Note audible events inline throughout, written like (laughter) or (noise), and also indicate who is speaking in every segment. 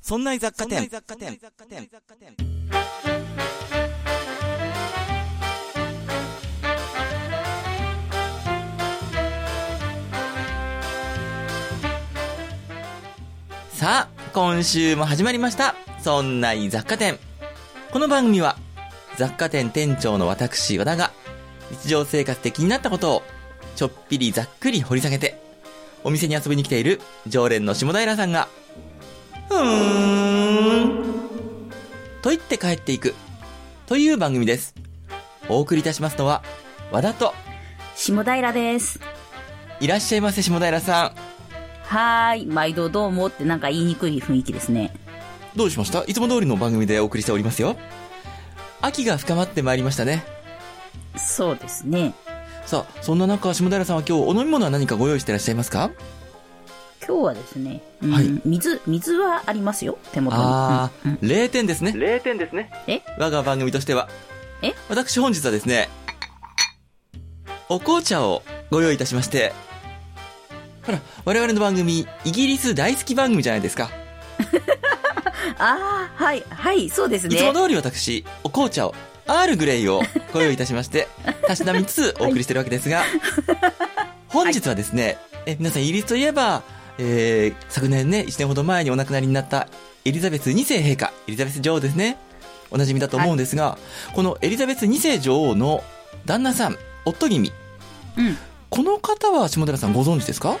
Speaker 1: そんな雑貨店。さあ、今週も始まりました。そんない雑貨店。この番組は、雑貨店店長の私、和田が、日常生活で気になったことを、ちょっぴりざっくり掘り下げて、お店に遊びに来ている常連の下平さんが、ふーん。と言って帰っていく。という番組です。お送りいたしますのは、和田と、
Speaker 2: 下平です。
Speaker 1: いらっしゃいませ下平さ
Speaker 2: はーい、毎度どうもってなんか言いにくい雰囲気ですね。
Speaker 1: ん。どうしましたいつも通りの番組でお送りしておりますよ。秋が深まってまいりましたね。
Speaker 2: そうですね。
Speaker 1: さあ、そんな中、下平さんは今日お飲み物は何かご用意していらっしゃいますか
Speaker 2: 今日はですね、うん
Speaker 1: はい
Speaker 2: 水、水はありますよ、手元に。
Speaker 1: あ
Speaker 2: うんうん
Speaker 1: ー、0点ですね。0点ですね。
Speaker 2: え
Speaker 1: 我が番組としては。
Speaker 2: え
Speaker 1: 私本日はですね、お紅茶をご用意いたしまして、ほら、我々の番組、イギリス大好き番組じゃないですか。
Speaker 2: あー、はい、はい、そうです
Speaker 1: いつも
Speaker 2: ね。
Speaker 1: 通り私、お紅茶を、アールグレイをご用意いたしま
Speaker 2: (laughs)
Speaker 1: して、たしなみつつお送りしてるわけです (laughs) が、本日はですね、え皆さんイギリスといえば、えー、昨年ね、1年ほど前にお亡くなりになったエリザベス2世陛下、エリザベス女王ですね、おなじみだと思うんですが、このエリザベス2世女王の旦那さん、夫君、
Speaker 2: うん。
Speaker 1: この方は下寺さんご存知ですか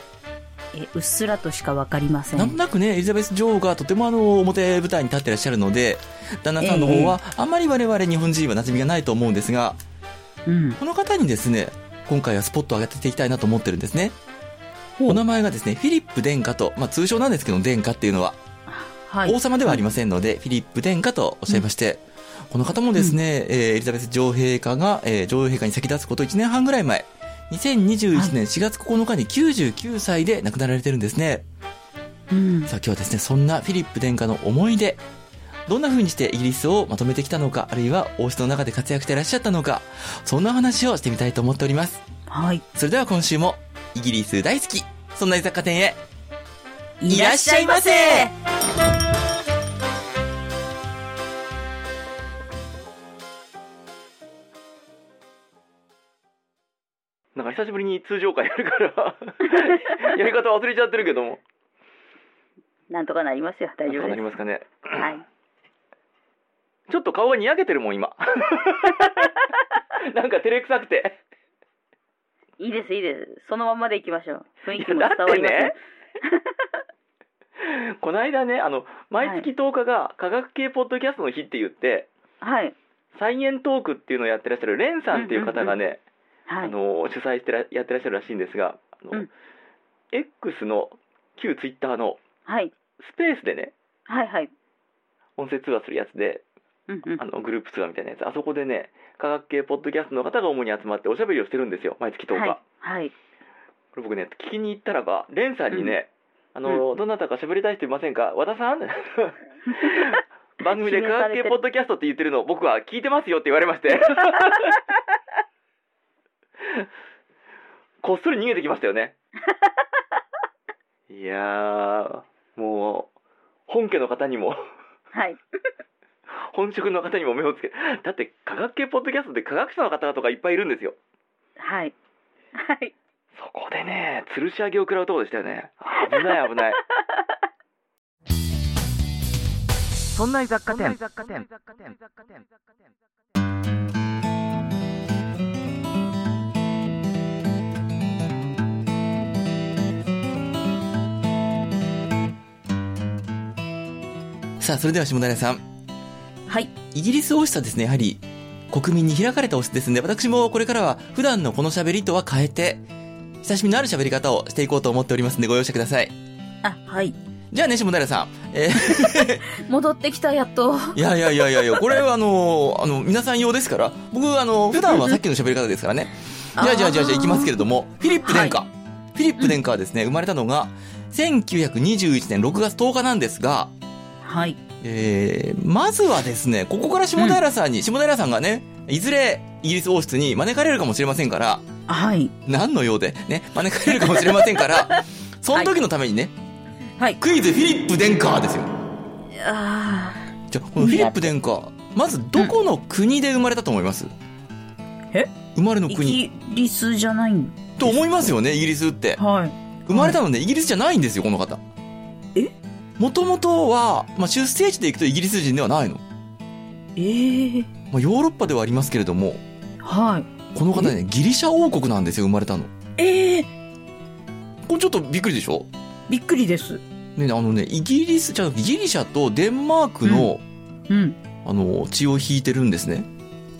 Speaker 2: え、うっすらとしかわかりませ
Speaker 1: なんと
Speaker 2: ん。
Speaker 1: なくね、エリザベス女王がとてもあの、表舞台に立ってらっしゃるので、旦那さんの方は、あんまり我々日本人は馴染みがないと思うんですが、
Speaker 2: うん。
Speaker 1: この方にですね、今回はスポットを上げていきたいなと思ってるんですね。
Speaker 2: ほう
Speaker 1: お名前がですね、フィリップ殿下と、まあ通称なんですけど、殿下っていうのは、
Speaker 2: はい
Speaker 1: 王。様ではありませんので、フィリップ殿下とおっしゃいまして、この方もですね、えーエリザベス女王陛下が、えー女王陛下に先立つこと1年半ぐらい前、2021年4月9日に99歳で亡くなられてるんですね。
Speaker 2: うん。
Speaker 1: さあ今日はですね、そんなフィリップ殿下の思い出、どんな風にしてイギリスをまとめてきたのか、あるいは王室の中で活躍していらっしゃったのか、そんなお話をしてみたいと思っております。
Speaker 2: はい。
Speaker 1: それでは今週も、イギリス大好き、そんな居酒屋店へ。
Speaker 2: いらっしゃいませ
Speaker 1: なんか久しぶりに通常会やるから、 (laughs) やり方忘れちゃってるけども、
Speaker 2: なんとかなりますよ、大丈夫です。
Speaker 1: ますかね。
Speaker 2: はい。
Speaker 1: ちょっと顔がにやけてるも
Speaker 2: (laughs)
Speaker 1: ん、今。なんか照れくさくて。
Speaker 2: いいです、いいです。そのままでいきましょう。雰囲気も
Speaker 1: (laughs) だ
Speaker 2: 伝
Speaker 1: っ
Speaker 2: わ
Speaker 1: て
Speaker 2: ります
Speaker 1: ね。この間ねあの毎月10日が科学系ポッドキャストの日って言って、
Speaker 2: はい。
Speaker 1: サイエントークっていうのをやってらっしゃるレンさんっていう方がね、
Speaker 2: はい。
Speaker 1: あの主催してらやってらっしゃるらしいんですがあの、
Speaker 2: うん
Speaker 1: X の旧ツイッターの
Speaker 2: はい。
Speaker 1: スペースでね
Speaker 2: はい、はい。
Speaker 1: 音声通話するやつで
Speaker 2: うん、うん
Speaker 1: あ。のグループ通話みたいなやつあそこでね科学系ポッドキャストの方が主に集まっておしゃべりをしてるんですよ毎月10日、
Speaker 2: はい。はい。
Speaker 1: これ僕ね聞きに行ったらばレンさんにね、あの、どなたか喋りたい人いませんか和田さん番組で科学系ポッドキャストって言ってるの僕は聞いてますよって言われましてこっそり逃げてきましたよねいやーもう本家の方にも
Speaker 2: はい。
Speaker 1: 本職の方にも目をつけだって科学系ポッドキャストって科学者の方とかいっぱいいるんですよ
Speaker 2: はい。はい。
Speaker 1: そこでね、吊るし上げを食らうとこでしたよね。危ない危ない。 (laughs) そんな雑貨店。さあ、それでは下平さん。
Speaker 2: はい。
Speaker 1: イギリス王室はですね、やはり国民に開かれた王室ですので、私もこれからは普段のこの喋りとは変えて、親しみのある喋り方をしていこうと思っておりますのでご容赦ください。
Speaker 2: あ、はい。
Speaker 1: じゃあね、下平さん。え
Speaker 2: 戻ってきた、やっと。
Speaker 1: ーいやいやいやいやいや、これはあのーあの、皆さん用ですから、僕あの、普段はさっきの喋り方ですからね。じゃあじゃあじゃあじゃあ行きますけれども、フィリップ殿下。フィリップ殿下はですね、生まれたのが、1921年6月10日なんですが、
Speaker 2: はい。
Speaker 1: えーまずはですね、ここから下平さんに、下平さんがね、いずれイギリス王室に招かれるかもしれませんから、
Speaker 2: はい。
Speaker 1: 何の用で、ね、招かれるかも
Speaker 3: (laughs)
Speaker 1: しれませんから、その時のためにね、
Speaker 2: はい。
Speaker 1: クイズフィリップ殿下ですよ。
Speaker 2: ああ
Speaker 1: じゃあこのフィリップ殿下まずどこの国で生まれたと思います、
Speaker 3: え
Speaker 1: 生まれの
Speaker 3: イ
Speaker 1: 国
Speaker 3: ギリスじゃないん
Speaker 1: と思いますよねイギリスって
Speaker 3: はい。
Speaker 1: 生まれたのねイギリスじゃないんですよこの方
Speaker 3: え
Speaker 1: もともとは、まあ、出生地で行くとイギリス人ではないの、
Speaker 3: ええ
Speaker 1: まあ、ヨーロッパではありますけれども
Speaker 3: はい。
Speaker 1: この方ねギリシャ王国なんですよ生まれたの
Speaker 3: ええ
Speaker 1: これちょっとびっくりでしょ
Speaker 3: びっくりです。
Speaker 1: ねあのねイギリスじゃあギリシャとデンマークの、
Speaker 3: うん。
Speaker 1: あの血を引いてるんですね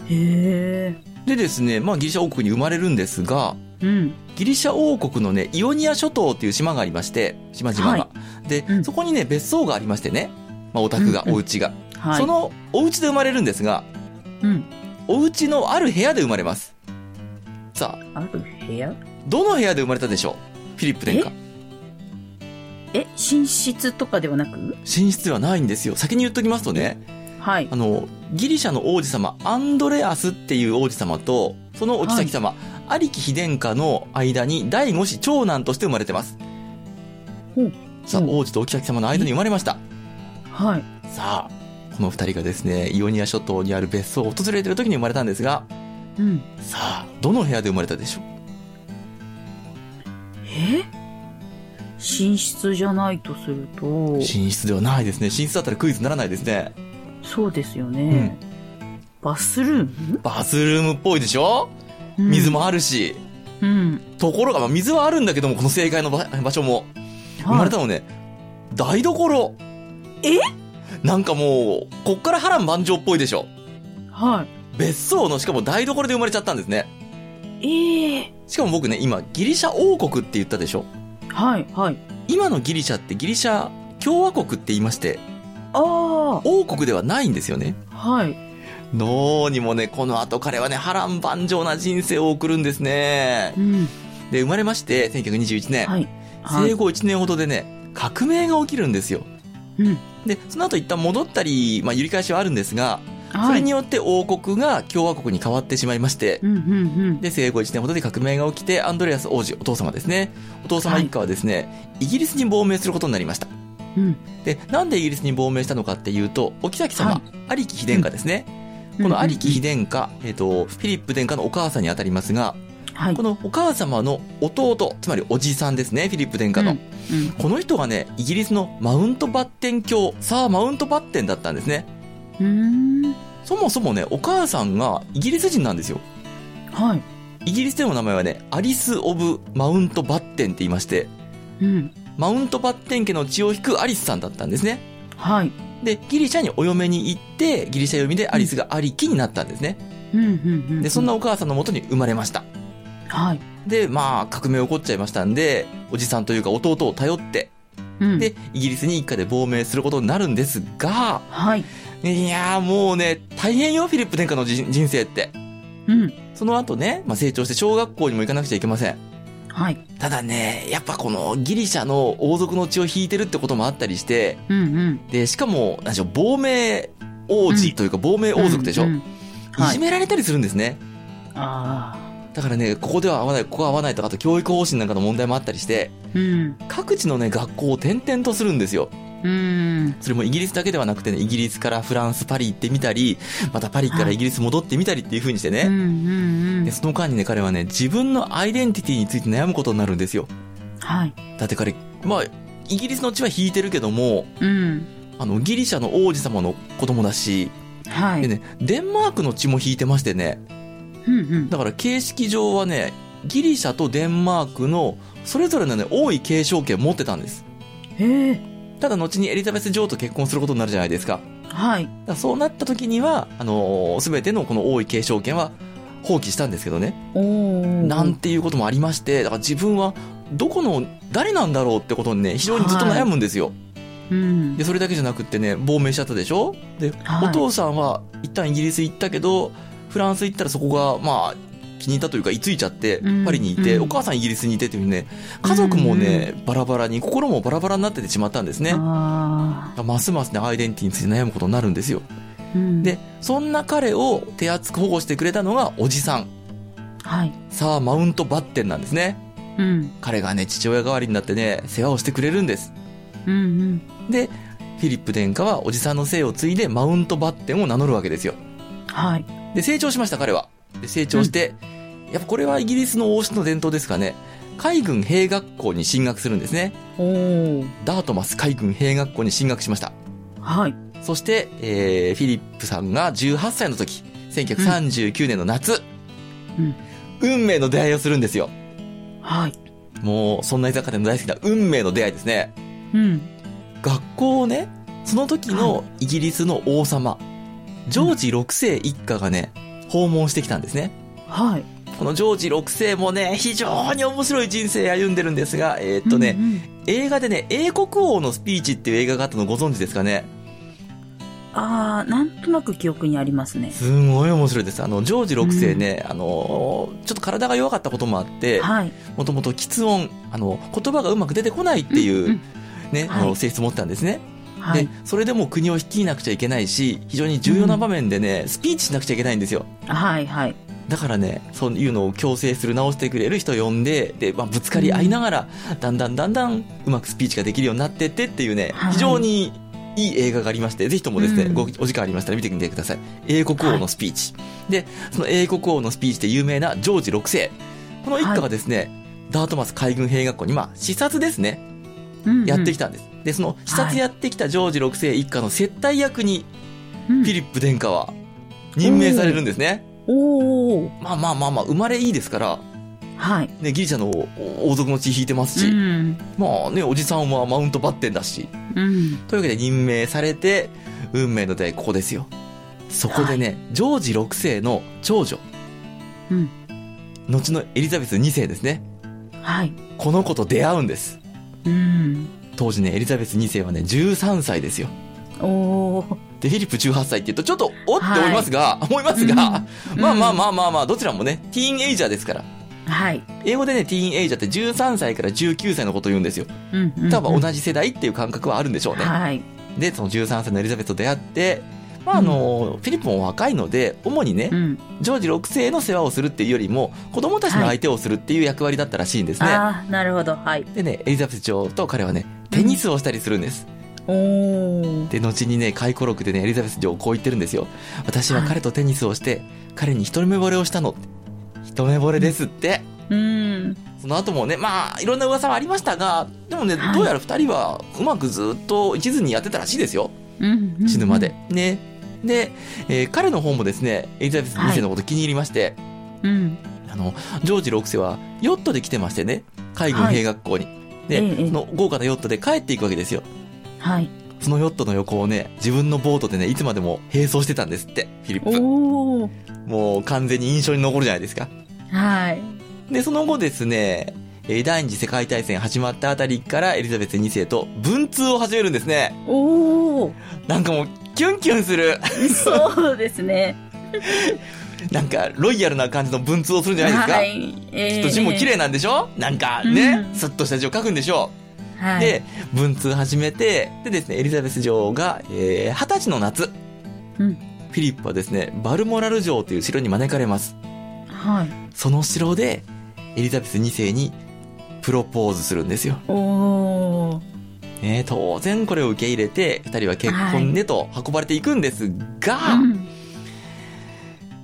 Speaker 3: へえ。
Speaker 1: でですね、まあ、ギリシャ王国に生まれるんですが
Speaker 3: うん。
Speaker 1: ギリシャ王国のねイオニア諸島っていう島がありまして島々が、
Speaker 3: は
Speaker 1: で、
Speaker 3: うん
Speaker 1: そこにね別荘がありましてね、まあ、お宅が、
Speaker 3: うんうん
Speaker 1: お家が、
Speaker 3: はい。
Speaker 1: そ、のお家で生まれるんですが
Speaker 3: うん。
Speaker 1: お家のある部屋で生まれますさあ
Speaker 3: ある部屋
Speaker 1: どの部屋で生まれたでしょうフィリップ殿下
Speaker 3: え、寝室とかではなく
Speaker 1: 寝室ではないんですよ先に言っときますとね
Speaker 3: はい。
Speaker 1: あのギリシャの王子様アンドレアスっていう王子様とそのお妃様、有木妃殿下の間に第5子長男として生まれてます
Speaker 3: ほう
Speaker 1: さあ
Speaker 3: うん
Speaker 1: 王子とお妃様の間に生まれました
Speaker 3: はい。
Speaker 1: さあこの二人がですねイオニア諸島にある別荘を訪れてる時に生まれたんですが
Speaker 3: うん。
Speaker 1: さあどの部屋で生まれたでしょう
Speaker 3: え寝室じゃないとすると、
Speaker 1: 寝室ではないですね寝室だったらクイズにならないですね
Speaker 3: そうですよね。バスルーム
Speaker 1: バスルームっぽいでしょ水。もあるし、
Speaker 3: うんうん。
Speaker 1: ところが、まあ、水はあるんだけどもこの正解の場場所も生まれたのね、台所
Speaker 3: え
Speaker 1: なんかもうこっから波乱万丈っぽいでしょ
Speaker 3: は
Speaker 1: 別荘のしかも台所で生まれちゃったんですね
Speaker 3: い。ええ
Speaker 1: しかも僕ね今ギリシャ王国って言ったでしょ
Speaker 3: はい、はい。
Speaker 1: 今のギリシャってギリシャ共和国って言いまして
Speaker 3: あ
Speaker 1: 王国ではないんですよね
Speaker 3: あ、はい。
Speaker 1: どうにもねこの後彼はね波乱万丈な人生を送るんですね
Speaker 3: うん。
Speaker 1: で生まれまして1921年、
Speaker 3: はい。は
Speaker 1: 生
Speaker 3: い。
Speaker 1: 後1年ほどでね革命が起きるんですよ
Speaker 3: うん。
Speaker 1: でその後一旦戻ったり、まあ、揺り返しはあるんですがそ
Speaker 3: は
Speaker 1: れに
Speaker 3: い。
Speaker 1: よって王国が共和国に変わってしまいまして
Speaker 3: う、ん、うん、うん。
Speaker 1: で、生後1年ほどで革命が起きて、アンドレアス王子、お父様ですね。お父様一家はですね、イギリスに亡命することになりました。
Speaker 3: うん。
Speaker 1: で、なんでイギリスに亡命したのかっていうと、お妃
Speaker 3: は
Speaker 1: 様、有木妃殿下ですね。この有木妃殿下、えっ、と、フィリップ殿下のお母さんにあたりますが、
Speaker 3: はい
Speaker 1: こ。のお母様の弟、つまりおじさんですね、フィリップ殿下の。
Speaker 3: うん
Speaker 1: この人がね、イギリスのマウントバッテン教、サーマウントバッテンだったんですね。
Speaker 3: うん。う
Speaker 1: そもそもね、お母さんがイギリス人なんですよ。
Speaker 3: ーん。はい。
Speaker 1: イギリスでの名前はね、アリス・オブ・マウント・バッテンって言いまして、
Speaker 3: うん。
Speaker 1: マウント・バッテン家の血を引くアリスさんだったんですね。
Speaker 3: はい。
Speaker 1: で、ギリシャにお嫁に行って、ギリシャ読みでアリスがアリキになったんですね。
Speaker 3: うん、うん、うん。
Speaker 1: で、そんなお母さんの元に生まれました。
Speaker 3: はい。
Speaker 1: で、まあ、革命起こっちゃいましたんで、おじさんというか弟を頼って、
Speaker 3: うん。
Speaker 1: で、イギリスに一家で亡命することになるんですが、
Speaker 3: はい。
Speaker 1: いやーもうね、大変よ、フィリップ殿下の人人生って。
Speaker 3: うん。
Speaker 1: その後ね、まあ、成長して小学校にも行かなくちゃいけません。
Speaker 3: はい。
Speaker 1: ただね、やっぱこのギリシャの王族の血を引いてるってこともあったりして、
Speaker 3: うん、うん。
Speaker 1: で、しかも、なんでしょう、亡命王子というか亡命王族でしょ、
Speaker 3: うんうんはい
Speaker 1: いじめられたりするんですね。
Speaker 3: あ
Speaker 1: だからね、ここでは合わない、ここは合わないとか、あと教育方針なんかの問題もあったりして、
Speaker 3: あ。うん。
Speaker 1: 各地のね、学校を転々とするんですよ。
Speaker 3: うん。
Speaker 1: それもイギリスだけではなくてね、イギリスからフランス、パリ行ってみたり、またパリからイギリス戻ってみたりっていう風にして
Speaker 3: うん、う
Speaker 1: ね、
Speaker 3: ん、うん
Speaker 1: で。その間にね、彼はね、自分のアイデンティティについて悩むことになるんですよ。
Speaker 3: はい。
Speaker 1: だって彼、まあ、イギリスの血は引いてるけども、
Speaker 3: うん。
Speaker 1: あの、ギリシャの王子様の子供だし、
Speaker 3: はい。
Speaker 1: でね、デンマークの血も引いてましてね、
Speaker 3: うんうん。
Speaker 1: だから形式上はね、ギリシャとデンマークの、それぞれのね、王位継承権持ってたんです。
Speaker 3: へえ。
Speaker 1: ただ後にエリザベス女王と結婚することになるじゃないですか。
Speaker 3: はい。
Speaker 1: だからそうなった時には、あのすべてのこの王位継承権は放棄したんですけどね。
Speaker 3: おー
Speaker 1: なんていうこともありまして、だから自分は、どこの、誰なんだろうってことにね、非常にずっと悩むんですよ。
Speaker 3: うん
Speaker 1: で。それだけじゃなくってね亡命しちゃったでしょで、
Speaker 3: はい
Speaker 1: お父さんは一旦イギリス行ったけどフランス行ったらそこがまあ気に入ったというか居ついちゃって
Speaker 3: うん
Speaker 1: パリにいて、
Speaker 3: うん
Speaker 1: お母さんイギリスにいてっていうね家族もね、バラバラに心もバラバラになっててしまったんですね
Speaker 3: あ
Speaker 1: ますますねアイデンティティについて悩むことになるんですよ
Speaker 3: ーうん
Speaker 1: でそんな彼を手厚く保護してくれたのがおじさん
Speaker 3: はい。
Speaker 1: サーマウントバッテンなんですね
Speaker 3: うん。
Speaker 1: 彼がね父親代わりになってね世話をしてくれるんです
Speaker 3: うん
Speaker 1: で、フィリップ殿下はおじさんの姓を継いでマウントバッテンを名乗るわけですよ。
Speaker 3: はい。
Speaker 1: で、成長しました、彼は。で、成長して、やっぱこれはイギリスの王室の伝統ですかね。海軍兵学校に進学するんですね。
Speaker 3: おー。
Speaker 1: ダートマス海軍兵学校に進学しました。
Speaker 3: はい。
Speaker 1: そして、えー、フィリップさんが18歳の時、1939年の夏、
Speaker 3: うん
Speaker 1: 運命の出会いをするんですよ。
Speaker 3: はい。
Speaker 1: もう、そんな居酒屋の大好きな運命の出会いですね。
Speaker 3: うん。
Speaker 1: 学校をね、その時のイギリスの王様、ジョージ6世一家がね、訪問してきたんですね。
Speaker 3: はい。
Speaker 1: このジョージ6世もね、非常に面白い人生歩んでるんですが、えーっとね、
Speaker 3: うんうん
Speaker 1: 映画でね、英国王のスピーチっていう映画があったのご存知ですかね
Speaker 3: あー、なんとなく記憶にありますね。
Speaker 1: すごい面白いです。あの、ジョージ6世ね、あの、ちょっと体が弱かったこともあって、
Speaker 3: はい。
Speaker 1: もともと喫音、あの、言葉がうまく出てこないっていう、
Speaker 3: うん
Speaker 1: ね、
Speaker 3: はい
Speaker 1: あの、性質持ってたんですね。
Speaker 3: は
Speaker 1: で
Speaker 3: い。、
Speaker 1: それでも国を率いなくちゃいけないし、非常に重要な場面でね、スピーチしなくちゃいけないんですよ。
Speaker 3: はい。はい。
Speaker 1: だからね、そういうのを強制する、直してくれる人を呼んで、で、まあ、ぶつかり合いながら、だんだんだんだん、うまくスピーチができるようになってってっていうね
Speaker 3: は、い
Speaker 1: 非常にいい映画がありまして、ぜひともですね、
Speaker 3: うん
Speaker 1: ごお時間ありましたら見てみてください。英国王のスピーチ。で、その英国王のスピーチで有名なジョージ6世。この一家がですね、ダートマス海軍兵学校に、まあ、視察ですね、
Speaker 3: うんうん
Speaker 1: やってきたんです。で、その視察やってきたジョージ6世一家の接待役に、
Speaker 3: うん
Speaker 1: フィリップ殿下は任命されるんですね。
Speaker 3: おー。
Speaker 1: まあまあまあまあ、生まれいいですから、
Speaker 3: はい。
Speaker 1: ね、ギリシャの王族の血引いてますし、
Speaker 3: うん。
Speaker 1: まあね、おじさんはマウントバッテンだし、
Speaker 3: うん。
Speaker 1: というわけで任命されて、運命の出会い、ここですよ。そこでね、ジョージ6世の長女、
Speaker 3: うん。
Speaker 1: 後のエリザベス2世ですね。
Speaker 3: はい。
Speaker 1: この子と出会うんです。
Speaker 3: うん。
Speaker 1: 当時ね、エリザベス2世はね、13歳ですよ。
Speaker 3: おー。
Speaker 1: で、フィリップ18歳って言うと、ちょっと、おって思いますが、思いますが、
Speaker 3: う
Speaker 1: (laughs)
Speaker 3: ん
Speaker 1: まあまあまあまあまあ、どちらもね、ティーンエイジャーですから。
Speaker 3: はい。
Speaker 1: 英語でね、ティーンエイジャーって13歳から19歳のことを言うんですよ。
Speaker 3: うんうんうん。
Speaker 1: 多分同じ世代っていう感覚はあるんでしょうね。
Speaker 3: はい。
Speaker 1: で、その13歳のエリザベスと出会って、まああの、フィリップも若いので、主にね
Speaker 3: う、ん。
Speaker 1: ジョージ6世の世話をするっていうよりも、子供たちの相手をするっていう役割だったらしいんですね。
Speaker 3: あー、なるほど。はい。
Speaker 1: でね、エリザベス女王と彼はね、テニスをしたりするんです。
Speaker 3: おー。
Speaker 1: で、後にね、回顧録でね、エリザベス女王こう言ってるんですよ。私は彼とテニスをして、彼に一目惚れをしたの。一目惚れですって。
Speaker 3: うん。
Speaker 1: その後もね、まあ、いろんな噂はありましたが、でもね、
Speaker 3: はい
Speaker 1: どうやら二人はうまくずっと一途にやってたらしいですよ。
Speaker 3: うん。
Speaker 1: 死ぬまで。。ね。で、えー彼の方もですね、エリザベス2世のこと気に入りまして、
Speaker 3: うん。
Speaker 1: あの、ジョージ6世はヨットで来てましてね、海軍兵学校に。で、
Speaker 3: ええ
Speaker 1: その豪華なヨットで帰っていくわけですよ。
Speaker 3: はい。
Speaker 1: そのヨットの横をね、自分のボートでね、いつまでも並走してたんですって、フィリップ。
Speaker 3: おー。
Speaker 1: もう完全に印象に残るじゃないですか。
Speaker 3: はい。
Speaker 1: で、その後ですね、えー第二次世界大戦始まったあたりからエリザベス2世と文通を始めるんですね。
Speaker 3: おー。
Speaker 1: なんかもう、キュンキュンする。 (laughs)
Speaker 3: そうですね。
Speaker 1: なんか、ロイヤルな感じの文通をするんじゃないですか。
Speaker 3: はい。え
Speaker 1: きっと字も綺麗なんでしょなんかね、
Speaker 3: うん
Speaker 1: スッとした字を書くんでしょう、
Speaker 3: はい。
Speaker 1: で、文通始めて、でですね、エリザベス女王が、えー、20歳の夏、
Speaker 3: うん
Speaker 1: フィリップはですね、バルモラル城という城に招かれます。
Speaker 3: はい。
Speaker 1: その城で、エリザベス2世にプロポーズするんですよ。
Speaker 3: おー。
Speaker 1: ね、当然これを受け入れて、二人は結婚でと運ばれていくんですが、
Speaker 3: うん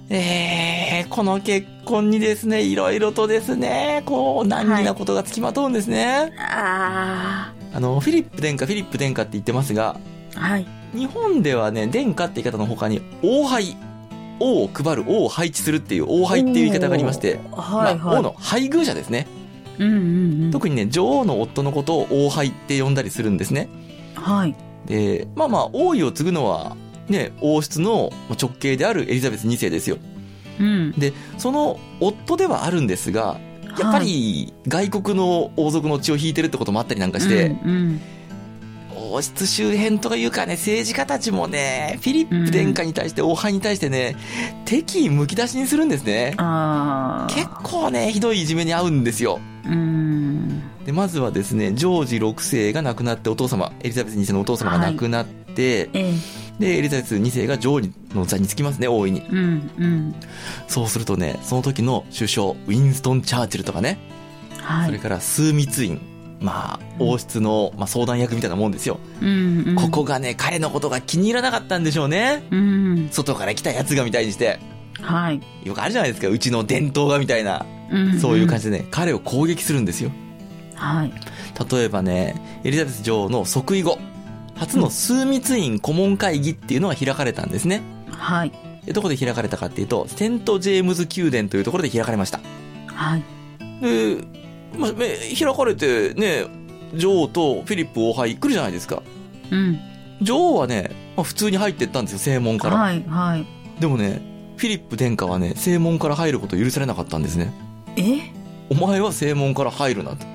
Speaker 1: えー、この結婚にですね、いろいろとですね、こう、難儀なことがつきまとうんですね。
Speaker 3: あ
Speaker 1: あの、フィリップ殿下、フィリップ殿下って言ってますが、
Speaker 3: ー。はい。
Speaker 1: 日本ではね、殿下って言い方の他に、王牌、王を配る、王を配置するっていう、王牌っていう言い方がありまして、
Speaker 3: おー。はい
Speaker 1: まあ
Speaker 3: はい。
Speaker 1: 王の配偶者ですね。
Speaker 3: うんうんうん。
Speaker 1: 特にね、女王の夫のことを王牌って呼んだりするんですね。
Speaker 3: はい。
Speaker 1: で、まあまあ、王位を継ぐのは、ね、王室の直系であるエリザベス2世ですよ。
Speaker 3: うん。
Speaker 1: で、その夫ではあるんですが、やっぱり外国の王族の血を引いてるってこともあったりなんかして、
Speaker 3: うんうん
Speaker 1: 王室周辺というかね、政治家たちもね、フィリップ殿下に対して、王妃に対してね、敵意むき出しにするんですね。
Speaker 3: ああ。
Speaker 1: 結構ね、ひどいいじめに遭うんですよ。
Speaker 3: うん。
Speaker 1: で、まずはですね、ジョージ6世が亡くなってお父様、エリザベス2世のお父様が亡くなって、
Speaker 3: ええ。
Speaker 1: で、エリザベス2世が女王の座につきますね、大いに。
Speaker 3: うんうん。
Speaker 1: そうするとね、その時の首相、ウィンストン・チャーチルとかね、
Speaker 3: は
Speaker 1: それ
Speaker 3: い。
Speaker 1: からスーミツイン、まあ、王室の、まあ、相談役みたいなもんですよ。
Speaker 3: うんうん。
Speaker 1: ここがね、彼のことが気に入らなかったんでしょうね。
Speaker 3: うん。
Speaker 1: 外から来たやつがみたいにして。
Speaker 3: はい。
Speaker 1: よくあるじゃないですか、うちの伝統がみたいな。
Speaker 3: うん
Speaker 1: そういう感じでね、彼を攻撃するんですよ。
Speaker 3: じ。はい。
Speaker 1: 例えばね、エリザベス女王の即位後、初の枢密院顧問会議っていうのが開かれたんですね。
Speaker 3: はい。
Speaker 1: でどこで開かれたかっていうと、セント・ジェームズ宮殿というところで開かれました。
Speaker 3: はい。
Speaker 1: で、まあ、め開かれてね、女王とフィリップ王妃来るじゃないですか。
Speaker 3: うん。
Speaker 1: 女王はね、まあ、普通に入ってったんですよ、正門から。
Speaker 3: はい。はい。
Speaker 1: でもね、フィリップ殿下はね、正門から入ることを許されなかったんですね。
Speaker 3: え
Speaker 1: お前は正門から入るなと。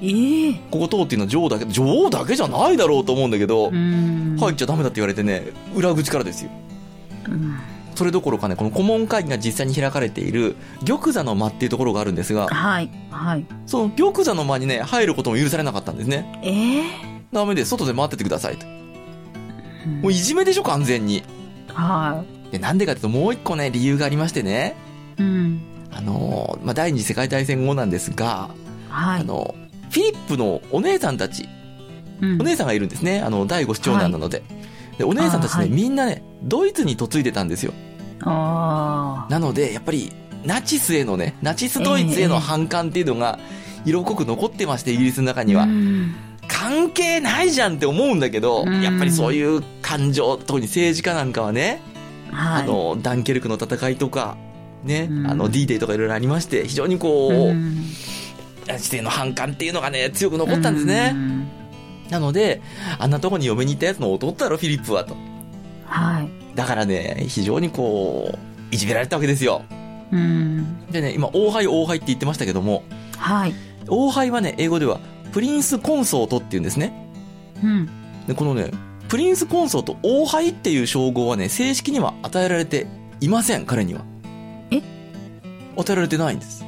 Speaker 3: ええ
Speaker 1: ここ通っていうのは女王だけ、女王だけじゃないだろうと思うんだけど、
Speaker 3: うん。
Speaker 1: 入っちゃダメだって言われてね、裏口からですよ。
Speaker 3: うん。
Speaker 1: それどころかね、この顧問会議が実際に開かれている玉座の間っていうところがあるんですが、
Speaker 3: はい。はい。
Speaker 1: その玉座の間にね、入ることも許されなかったんですね。
Speaker 3: ええ
Speaker 1: ダメです、外で待っててくださいと。
Speaker 3: うん
Speaker 1: もういじめでしょ、完全に。
Speaker 3: は
Speaker 1: で、なんでかっていうと、もう一個ね、理由がありましてね、
Speaker 3: い。うん。
Speaker 1: あのーまあ、第二次世界大戦後なんですが、
Speaker 3: は
Speaker 1: あ
Speaker 3: い。
Speaker 1: の、フィリップのお姉さんたち、
Speaker 3: うん
Speaker 1: お姉さんがいるんですね。あの、第五子長男なので。で、お姉さんたちね、
Speaker 3: あーはい
Speaker 1: みんなね、ドイツに嫁いでたんですよ。
Speaker 3: ああ。
Speaker 1: なので、やっぱり、ナチスへのね、ナチスドイツへの反感っていうのが、色濃く残ってまして、イギリスの中には
Speaker 3: う。ん
Speaker 1: 関係ないじゃんって思うんだけど、
Speaker 3: うん
Speaker 1: やっぱりそういう感情、特に政治家なんかはね、
Speaker 3: はい。
Speaker 1: あの、ダンケルクの戦いとか、ね、
Speaker 3: うん
Speaker 1: あの、D デイとかいろいろありまして、非常にこう、
Speaker 3: うん、
Speaker 1: ナチスへの反感っていうのがね、強く残ったんですね
Speaker 3: う。ん
Speaker 1: なので、あんなとこに嫁に行ったやつの弟だろ、フィリップはと。
Speaker 3: はい。
Speaker 1: だからね、非常にこう、いじめられたわけですよ。
Speaker 3: うん。
Speaker 1: でね、今、王輩王輩って言ってましたけども、
Speaker 3: はい。
Speaker 1: 王輩はね、英語では、プリンスコンソートって言うんですね。
Speaker 3: うん。
Speaker 1: で、このね、プリンスコンソート王輩っていう称号はね、正式には与えられていません、彼には。
Speaker 3: え
Speaker 1: 与えられてないんです。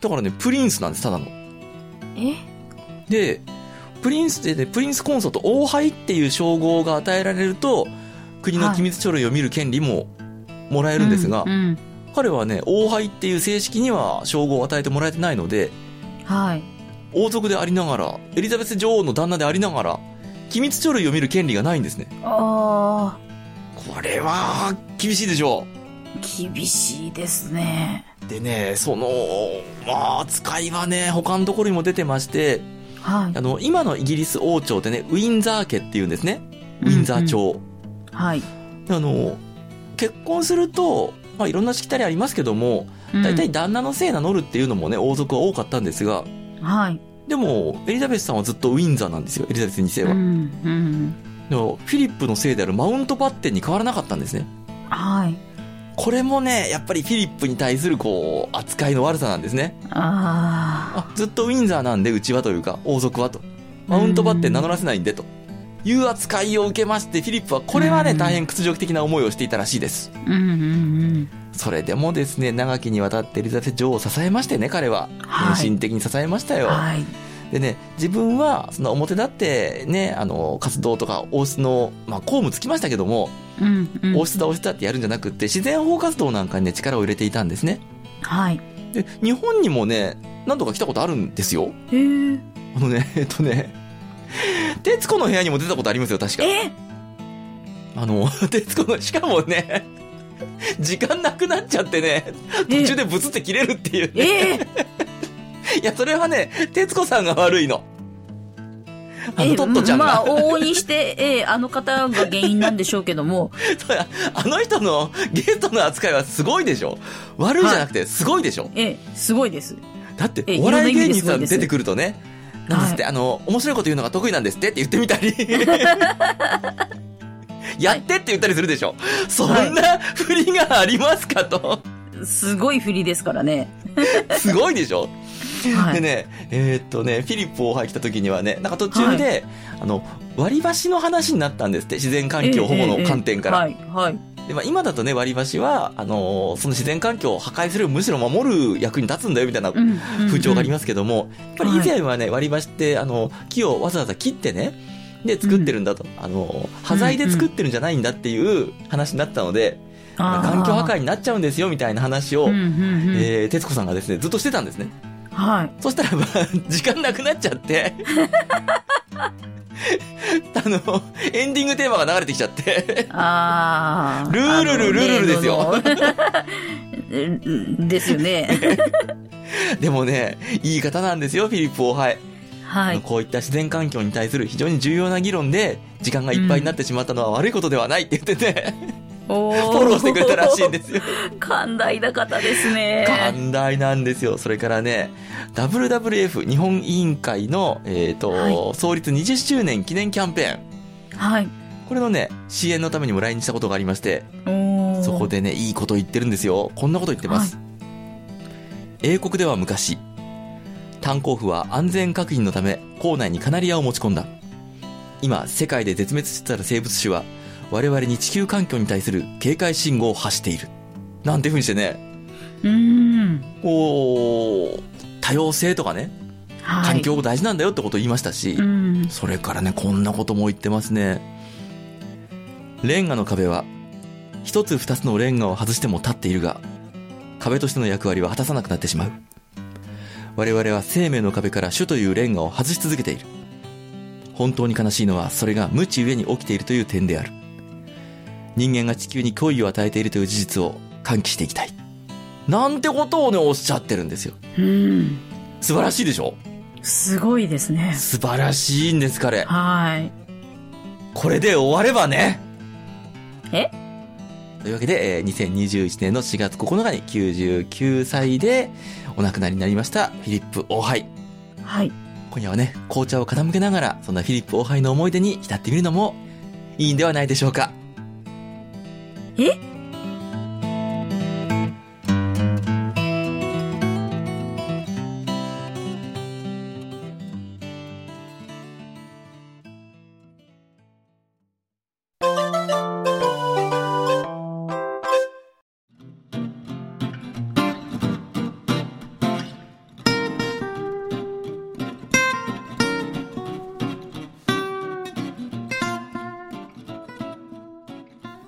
Speaker 1: だからね、プリンスなんです、ただの。
Speaker 3: え
Speaker 1: で、プリンスで、ね、プリンスコンソート王牌っていう称号が与えられると、国の機密書類を見る権利ももらえるんですが、
Speaker 3: うんうん
Speaker 1: 彼はね、王牌っていう正式には称号を与えてもらえてないので、
Speaker 3: はい。
Speaker 1: 王族でありながら、エリザベス女王の旦那でありながら、機密書類を見る権利がないんですね。
Speaker 3: あ
Speaker 1: これは、厳しいでしょ
Speaker 3: あ、厳しいですね。
Speaker 1: う。でね、その、まあ、扱いはね、他のところにも出てまして、
Speaker 3: は
Speaker 1: あの、今のイギリス王朝ってね、ウィンザー家っていうんですね。
Speaker 3: い。
Speaker 1: ウィンザー朝。
Speaker 3: うん。はい。
Speaker 1: あの、結婚すると、まあ、いろんなしきたりありますけども、大体旦那のせい名乗るっていうのもね、王族は多かったんですが、
Speaker 3: うん。はい。
Speaker 1: でも、エリザベスさんはずっとウィンザーなんですよ、エリザベス2世は。
Speaker 3: うん。うん。
Speaker 1: でもフィリップのせいであるマウントバッテンに変わらなかったんですね。
Speaker 3: はい。
Speaker 1: これもね、やっぱりフィリップに対するこう、扱いの悪さなんですね。
Speaker 3: あ
Speaker 1: あ、ずっとウィンザーなんで、うちはというか、王族はと。マウントバッテン名乗らせないんで、という扱いを受けまして、フィリップはこれはね、
Speaker 3: うん
Speaker 1: 大変屈辱的な思いをしていたらしいです。
Speaker 3: あ。うんうん
Speaker 1: それでもですね、長きにわたってエリザベス女王を支えましてね、彼は。
Speaker 3: はい
Speaker 1: 献身的に支えました
Speaker 3: うん。
Speaker 1: よ。
Speaker 3: はい。
Speaker 1: でね、自分は、その表立ってね、あの、活動とか、王室の、まあ、公務つきましたけども、
Speaker 3: うんうん。
Speaker 1: 王室だ王室だってやるんじゃなくって、自然保護活動なんかにね、力を入れていたんですね。
Speaker 3: はい。
Speaker 1: で、日本にもね、何度か来たことあるんですよ。
Speaker 3: へー
Speaker 1: あのね、えっとね、徹子の部屋にも出たことありますよ、確か。
Speaker 3: え
Speaker 1: あの、 (laughs) 徹子の、しかもね、時間なくなっちゃってね、途中でブツって切れるっていうね。 (laughs)
Speaker 3: ええ
Speaker 1: いや、それはね、徹子さんが悪いの。あの、
Speaker 3: え
Speaker 1: トットちゃんが。
Speaker 3: まあ、往々にして、ええあの方が原因なんでしょうけども。
Speaker 1: (laughs) そうやあの人のゲストの扱いはすごいでしょ悪いじゃなくて、すごいでしょ、
Speaker 3: ええすごいです。
Speaker 1: だって
Speaker 3: え、
Speaker 1: お笑い
Speaker 3: いろんな
Speaker 1: 芸
Speaker 3: 意味です
Speaker 1: 人さん
Speaker 3: ごいです
Speaker 1: 出てくるとね、なんですって、あの、面白いこと言うのが得意なんですってって言ってみた
Speaker 3: (laughs)
Speaker 1: り。やってって言ったりするでしょ、そんな振りがありますか
Speaker 3: (laughs)
Speaker 1: と。
Speaker 3: すごい振りですからね。
Speaker 1: すごいでしょ、
Speaker 3: は
Speaker 1: で
Speaker 3: い。
Speaker 1: ね、えーっとね、フィリップ王妃来た時にはね、なんか途中で、あの、割り箸の話になったんですって、自然環境保護の観点から。
Speaker 3: ええええはい。はい。
Speaker 1: で、まあ、今だとね、割り箸は、あのーその自然環境を破壊する、むしろ守る役に立つんだよ、みたいな
Speaker 3: うん
Speaker 1: 風潮があり
Speaker 3: ま
Speaker 1: ますけども、やっぱり以前はね、割り箸って、あの、木をわざわざ切ってね、で、作ってるんだと。あの、端材で作ってるんじゃないんだっていう話になったので、
Speaker 3: す。
Speaker 1: 環境破壊になっちゃうんですよ、みたいな話を、
Speaker 3: うんうんうん
Speaker 1: えー、徹子さんがですね、ずっとしてたんですね。
Speaker 3: はい。
Speaker 1: そしたらば、 (laughs) 時間なくなっちゃって。 (laughs) あの、エンディングテーマが流れてきちゃって。
Speaker 3: ああ。
Speaker 1: ルールルルルルですよ
Speaker 3: あの。ね (laughs) ですよね。
Speaker 1: でもね、いい方なんですよ、フィリップ・オーハイ。
Speaker 3: はい。
Speaker 1: こういった自然環境に対する非常に重要な議論で、時間がいっぱいになってしまったのは悪いことではないって言ってね、
Speaker 3: おー
Speaker 1: (laughs) フォローしてくれたらしいんです
Speaker 3: (laughs)
Speaker 1: よ。
Speaker 3: 寛大な方ですね。
Speaker 1: 寛大なんですよ。それからね、WWF 日本委員会の、えっ、と、
Speaker 3: は
Speaker 1: 創立20周年記念キャンペーン。
Speaker 3: はい。
Speaker 1: これのね、支援のためにも来日したことがありまして、
Speaker 3: おー
Speaker 1: そこでね、いいこと言ってるんですよ。こんなこと言ってます。英国では昔、炭鉱夫は安全確認のため、校内にカナリアを持ち込んだ。今、世界で絶滅してた生物種は、我々に地球環境に対する警戒信号を発している。なんていう風にしてね、
Speaker 3: うーん。
Speaker 1: こう、多様性とかね、
Speaker 3: はい。
Speaker 1: 環境大事なんだよってことを言いましたし、
Speaker 3: うん。
Speaker 1: それからね、こんなことも言ってますね。レンガの壁は、一つ二つのレンガを外しても立っているが、壁としての役割は果たさなくなってしまう。我々は生命の壁から主というレンガを外し続けている。本当に悲しいのは、それが無知上に起きているという点である。人間が地球に脅威を与えているという事実を喚起していきたい。なんてことをね、おっしゃってるんですよ。
Speaker 3: うん。
Speaker 1: 素晴らしいでしょ
Speaker 3: すごいですね。
Speaker 1: 素晴らしいんです、彼。
Speaker 3: はい。
Speaker 1: これで終わればね。
Speaker 3: え
Speaker 1: というわけで、えー2021年の4月9日に99歳でお亡くなりになりましたフィリップ・オーハイ。
Speaker 3: はい。
Speaker 1: 今夜はね、紅茶を傾けながら、そんなフィリップ・オーハイの思い出に浸ってみるのもいいんではないでしょうか。
Speaker 3: え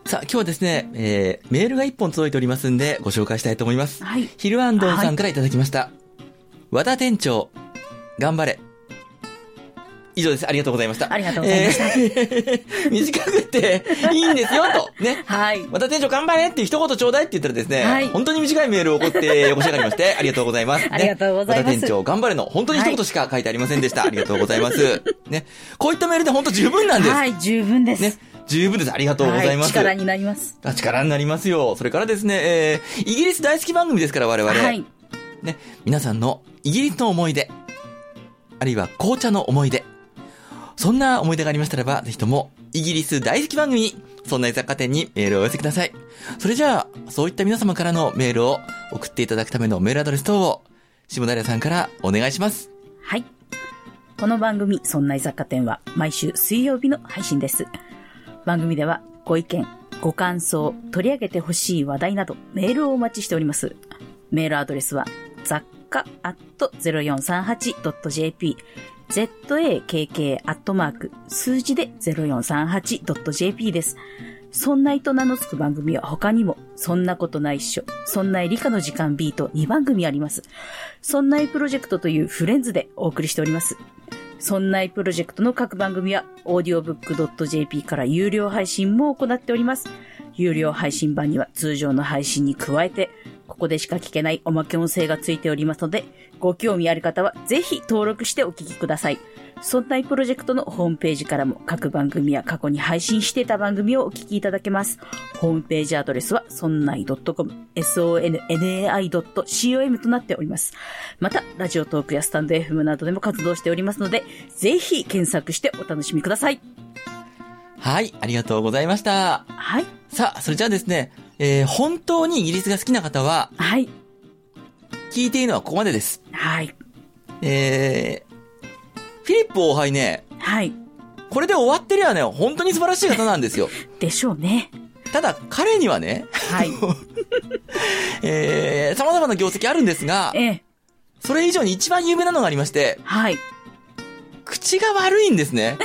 Speaker 1: さあ、今日はですね、えー、メールが1本届いておりますんで、ご紹介したいと思います。
Speaker 3: はい。
Speaker 1: ヒルアンドンさんからいただきました。和田店長、頑張れ。以上です。ありがとうございました。
Speaker 3: ありがとうございました
Speaker 1: えー (laughs) 短くていいんですよ、と。ね。
Speaker 3: はい。
Speaker 1: 和田店長頑張れっていう一言ちょうだいって言ったらですね、
Speaker 3: はい
Speaker 1: 本当に短いメールを送ってお越し上がりまして、 (laughs) ありがとうございます。ね
Speaker 3: ありがとうございます
Speaker 1: 和田店長頑張れの本当に一言しか書いてありませんでした。ありがとうございます。ね。こういったメールで本当十分なんです。
Speaker 3: はい、十分です。
Speaker 1: ね。十分です。ありがとうございま
Speaker 3: は
Speaker 1: す。
Speaker 3: 力になります。
Speaker 1: あ力になりますよ。それからですね、えー、イギリス大好き番組ですから、我々。
Speaker 3: はい。
Speaker 1: ね、皆さんのイギリスの思い出、あるいは紅茶の思い出、そんな思い出がありましたらば、ぜひとも、イギリス大好き番組、そんな雑貨店にメールをお寄せください。それじゃあ、そういった皆様からのメールを送っていただくためのメールアドレス等を、下平さんからお願いします。
Speaker 3: はい。この番組、そんな居雑貨店は毎週水曜日の配信です。番組ではご意見、ご感想、取り上げてほしい話題などメールをお待ちしております。メールアドレスは雑貨 0438.jp zakk アットマーク数字で 0438.jp です。そんないと名の付く番組は他にも、そんなことないっしょ、そんない理科の時間 B と2番組あります。そんないプロジェクトというフレンズでお送りしております。そんないプロジェクトの各番組は、audiobook.jp から有料配信も行っております。有料配信版には通常の配信に加えて、ここでしか聞けないおまけ音声がついておりますので、ご興味ある方はぜひ登録してお聞きください。そんないプロジェクトのホームページからも各番組や過去に配信していた番組をお聞きいただけます。ホームページアドレスは、そんない .com、sonnai.com となっております。また、ラジオトークやスタンド FM などでも活動しておりますので、ぜひ検索してお楽しみください。
Speaker 1: はい、ありがとうございました。
Speaker 3: はい。
Speaker 1: さあ、それじゃあですね、えー、本当にイギリスが好きな方は、
Speaker 3: はい。
Speaker 1: 聞いていいのはここまでです。
Speaker 3: はい。
Speaker 1: えー、フィリップ王輩ね、
Speaker 3: はい。
Speaker 1: これで終わってりゃね、本当に素晴らしい方なんです
Speaker 3: (laughs)
Speaker 1: よ。
Speaker 3: でしょうね。
Speaker 1: ただ、彼にはね、 (laughs)
Speaker 3: はい。
Speaker 1: えー、様々な業績あるんですが、
Speaker 3: ええ。
Speaker 1: それ以上に一番有名なのがありまして、
Speaker 3: はい。
Speaker 1: 口が悪いんです
Speaker 3: (laughs)
Speaker 1: ね。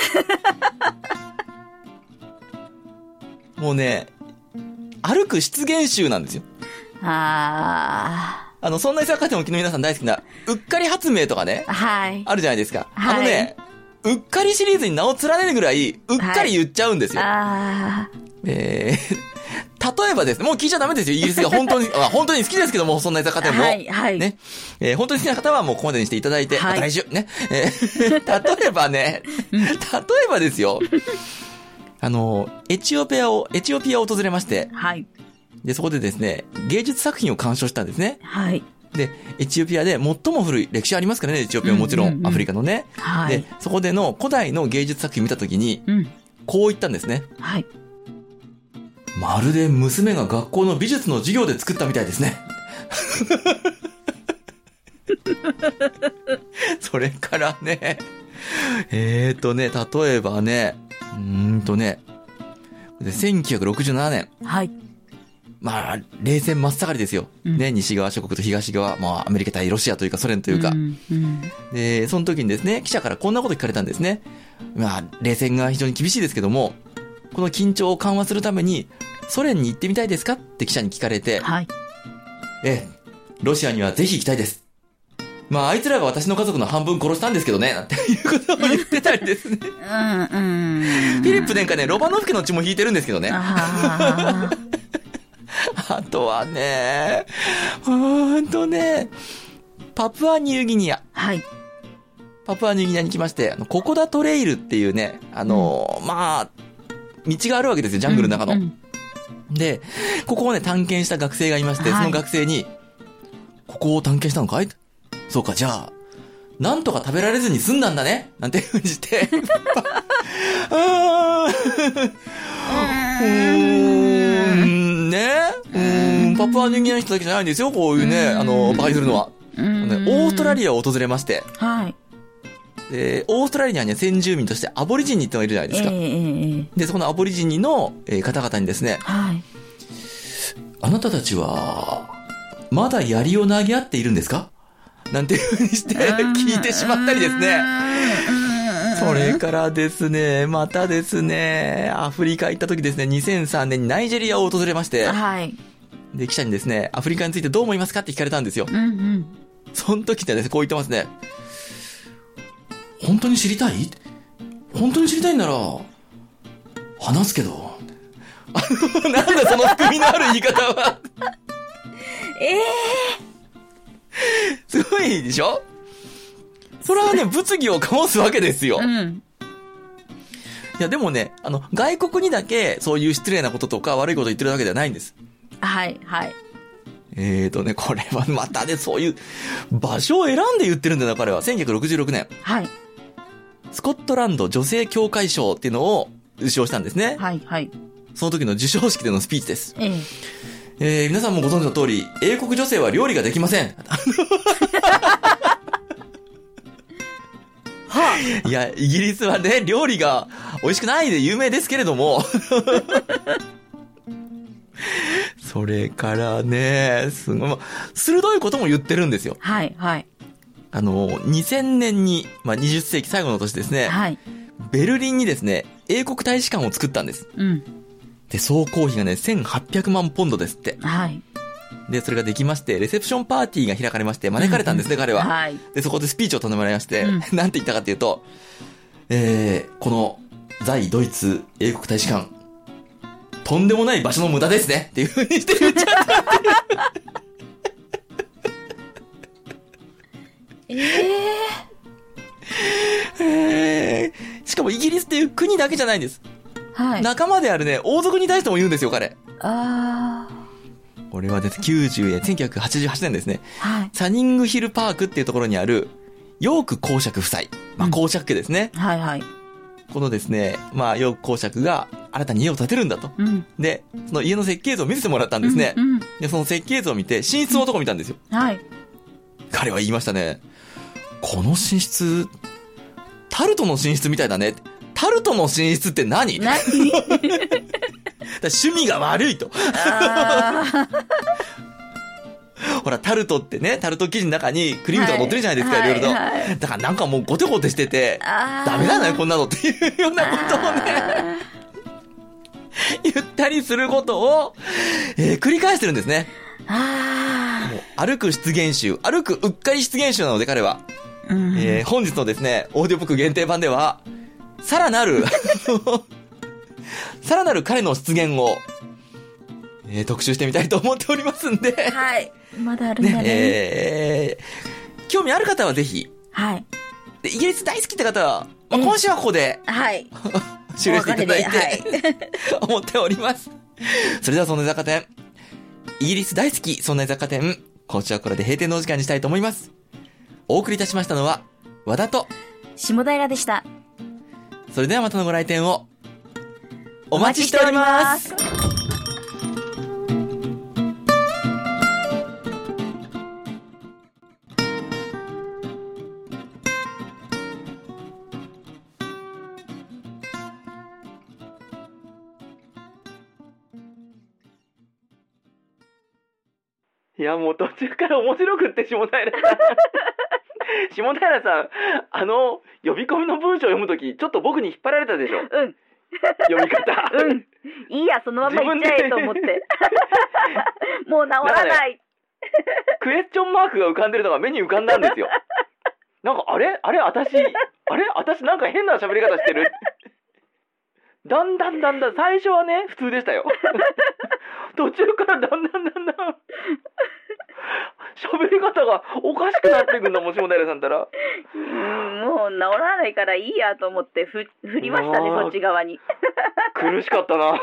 Speaker 1: もうね、歩く失言集なんですよ。
Speaker 3: あ
Speaker 1: あの、そんなに雑貨店お聞きの皆さん大好きな、うっかり発明とかね、
Speaker 3: はい。
Speaker 1: あるじゃないですか。
Speaker 3: はい
Speaker 1: あのね、うっかりシリーズに名を連ねるぐらい、うっかり言っちゃうんですよ。
Speaker 3: あ
Speaker 1: えー例えばですね、もう聞いちゃダメですよ。イギリスが本
Speaker 3: (laughs)
Speaker 1: 当に、あ本当に好きですけども、そんな雑貨店
Speaker 3: あ。
Speaker 1: も。
Speaker 3: はい、はい。
Speaker 1: ね。えー本当に好きな方はもうここまでにしていただいて、
Speaker 3: はい
Speaker 1: また来週。ね。えー例えばね、例えばですよ。あの、エチオピアを、エチオピアを訪れまして、
Speaker 3: はい。
Speaker 1: で、そこでですね、芸術作品を鑑賞したんですね。
Speaker 3: はい。
Speaker 1: で、エチオピアで最も古い歴史ありますからね、エチオピアももちろ
Speaker 3: うんうんうん
Speaker 1: ん、アフリカのね。
Speaker 3: は
Speaker 1: で
Speaker 3: い。、
Speaker 1: そこでの古代の芸術作品見たときに、
Speaker 3: うん。
Speaker 1: こう言ったんですね。
Speaker 3: はい。
Speaker 1: まるで娘が学校の美術の授業で作ったみたい
Speaker 3: (laughs)
Speaker 1: ですね。それからね、えーとね、例えばね、うーんとね、で1967年、
Speaker 3: はい。
Speaker 1: まあ、冷戦真っ盛りですよ。
Speaker 3: うん
Speaker 1: ね、西側諸国と東側、まあ、アメリカ対ロシアというか、ソ連と
Speaker 3: と
Speaker 1: いうか、
Speaker 3: ん。うん
Speaker 1: で、その時にですね、記者からこんなこと聞かれたんですね。まあ、冷戦が非常に厳しいですけども、この緊張を緩和するために、ソ連に行ってみたいですかって記者に聞かれて、
Speaker 3: はい。
Speaker 1: ええ、ロシアにはぜひ行きたいです。まあ、あいつらが私の家族の半分殺したんですけどね、なんていうことを言ってたりですね。フ
Speaker 3: うん、うん。フ
Speaker 1: ィリップ殿下ね、ロバノフ家の血も引いてるんですけどね。
Speaker 3: ああ。
Speaker 1: あとはね、ほーんとね、パプアニューギニア。
Speaker 3: はい。
Speaker 1: パプアニューギニアに来まして、あの、ココダトレイルっていうね、あのーまあ、道があるわけですよ、ジャングルの中の。
Speaker 3: うんうん
Speaker 1: で、ここをね、探検した学生がいまして、
Speaker 3: はい
Speaker 1: その学生に、ここを探検したのかいそうか、じゃあ、なんとか食べられずに済んだんだねなんていうふうに
Speaker 3: (laughs)
Speaker 1: して、あーうーん、ねうーん、パプアニューギニアの人だけじゃないんですよ、こういうね、
Speaker 3: うん
Speaker 1: あの、バカにするのは。
Speaker 3: うん
Speaker 1: ねオーストラリアを訪れまして、
Speaker 3: ア。はい。
Speaker 1: で、オーストラリアには先住民としてアボリジニってのがいるじゃない
Speaker 3: え
Speaker 1: で
Speaker 3: え
Speaker 1: すか。
Speaker 3: ええ。
Speaker 1: で、そこのアボリジニの、えー方々にですね、
Speaker 3: はい。
Speaker 1: あなたたちは、まだ槍を投げ合っているんですかなんていうふうにして聞いてしまったりですね。それからですね、またですね、アフリカ行った時ですね、2003年にナイジェリアを訪れまして、
Speaker 3: はい。
Speaker 1: で、記者にですね、アフリカについてどう思いますかって聞かれたんですよ。
Speaker 3: うんうん。
Speaker 1: その時ってですね、こう言ってますね。本当に知りたい本当に知りたいんなら、話すけど。あのなんだその含みのある言い方は。
Speaker 3: ええ。
Speaker 1: すごいでしょそれはね、物議を醸すわけですよ。
Speaker 3: うん。
Speaker 1: いや、でもね、あの、外国にだけ、そういう失礼なこととか悪いこと言ってるわけではないんです。
Speaker 3: はい、はい。
Speaker 1: えーとね、これはまたね、そういう場所を選んで言ってるんだよな、彼は。1966年、
Speaker 3: はい、
Speaker 1: スコットランド女性協会賞っていうのを受賞したんですね。
Speaker 3: はい、はい。
Speaker 1: その時の授賞式でのスピーチです。
Speaker 3: ええ。
Speaker 1: えー、皆さんもご存知の通り、英国女性は料理ができま
Speaker 3: (laughs)
Speaker 1: せん。
Speaker 3: はい
Speaker 1: や、イギリスはね、料理が美味しくないで有名ですけれども。 (laughs) それからね、すごい、まあ鋭いことも言ってるんですよ。
Speaker 3: はい、はい。
Speaker 1: あの、2000年に、まあ、20世紀最後の年ですね、
Speaker 3: はい。
Speaker 1: ベルリンにですね、英国大使館を作ったんです。
Speaker 3: うん。
Speaker 1: で、総工費がね、1800万ポンドですって。
Speaker 3: はい。
Speaker 1: で、それができまして、レセプションパーティーが開かれまして、招かれたんですね、彼は。
Speaker 3: はい。
Speaker 1: で、そこでスピーチを頼まれまして、
Speaker 3: うん
Speaker 1: (laughs) なんて言ったかというと、えー、この、在ドイツ英国大使館、とんでもない場所の無駄ですねっていうふうにして言っ
Speaker 3: (laughs)
Speaker 1: ちゃった。
Speaker 3: ええ。
Speaker 1: えーしかもイギリスっていう国だけじゃないんです。
Speaker 3: はい。
Speaker 1: 仲間であるね、王族に対しても言うんですよ、彼。
Speaker 3: あ
Speaker 1: これはです、90年、1988年ですね。
Speaker 3: あ。はい。
Speaker 1: サニングヒルパークっていうところにある、ヨーク公爵夫妻。まあ、
Speaker 3: うん
Speaker 1: 公爵家ですね。
Speaker 3: はい、はい。
Speaker 1: このですね、まあ、ヨーク公爵が新たに家を建てるんだと。
Speaker 3: うん。
Speaker 1: で、その家の設計図を見せてもらったんですね。
Speaker 3: うん。
Speaker 1: で、その設計図を見て、寝室のとこ見たんですよ。
Speaker 3: はい。
Speaker 1: (laughs) 彼は言いましたね。この寝室、タルトの寝室みたいだね。タルトの寝室って何だか
Speaker 3: 何
Speaker 1: ら趣味が悪いと。 (laughs)
Speaker 3: あ
Speaker 1: ほら、タルトってね、タルト生地の中にクリームとか乗ってるじゃないですか、
Speaker 3: はい
Speaker 1: いろいろと。
Speaker 3: はいはい
Speaker 1: だからなんかもうゴテゴテしてて、
Speaker 3: あ。
Speaker 1: ダメだね、
Speaker 3: こ
Speaker 1: こんなのっていうようなことをね、言ったりすることを、えー繰り返してるんですね。
Speaker 3: あ
Speaker 1: もう歩く出現集、歩くうっかり出現集なので彼は、
Speaker 3: うん
Speaker 1: えー本日のですね、オーディオブック限定版では、さらなる、 (laughs) さらなる彼の出現を、えー特集してみたいと思っておりますんで、
Speaker 3: はい。まだあるんだ
Speaker 1: ね、
Speaker 3: ね。
Speaker 1: えー興味ある方はぜひ、
Speaker 3: はい。
Speaker 1: でイギリス大好きって方は、まあ
Speaker 3: うん
Speaker 1: 今週はここで
Speaker 3: はい。
Speaker 1: 終了していただい
Speaker 3: お
Speaker 1: て、
Speaker 3: 別れ
Speaker 1: 思っております。それでは、そんな雑貨店。イギリス大好き、そんな雑貨店。今週はこれで閉店のお時間にしたいと思います。お送りいたしましたのは、和田と、
Speaker 3: 下平でした。
Speaker 1: それではまたのご来店を、お待ちしております。
Speaker 3: す。
Speaker 1: いや、もう途中から面白くって、下平さん。下平さん、あの、呼び込みの文章を読むとき、ちょっと僕に引っ張られたでしょ。
Speaker 2: うん、
Speaker 1: 読み方。
Speaker 2: うん。いいや、そのまま行っちゃえと思って。もう治らない。
Speaker 1: クエスチョンマークが浮かんでるのが目に浮かんだんですよ。なんかあれあれ私あれ私なんか変な喋り方してる。だんだんだんだん最初はね普通
Speaker 2: (laughs)
Speaker 1: でしたよ。途中からだんだんだんだん喋り方がおかしくなってくんだもん下平さんったら。
Speaker 2: うん、もう治らないからいいやと思ってふ振りましたね、
Speaker 1: うわー
Speaker 2: そっち側に。
Speaker 1: 苦しかったな。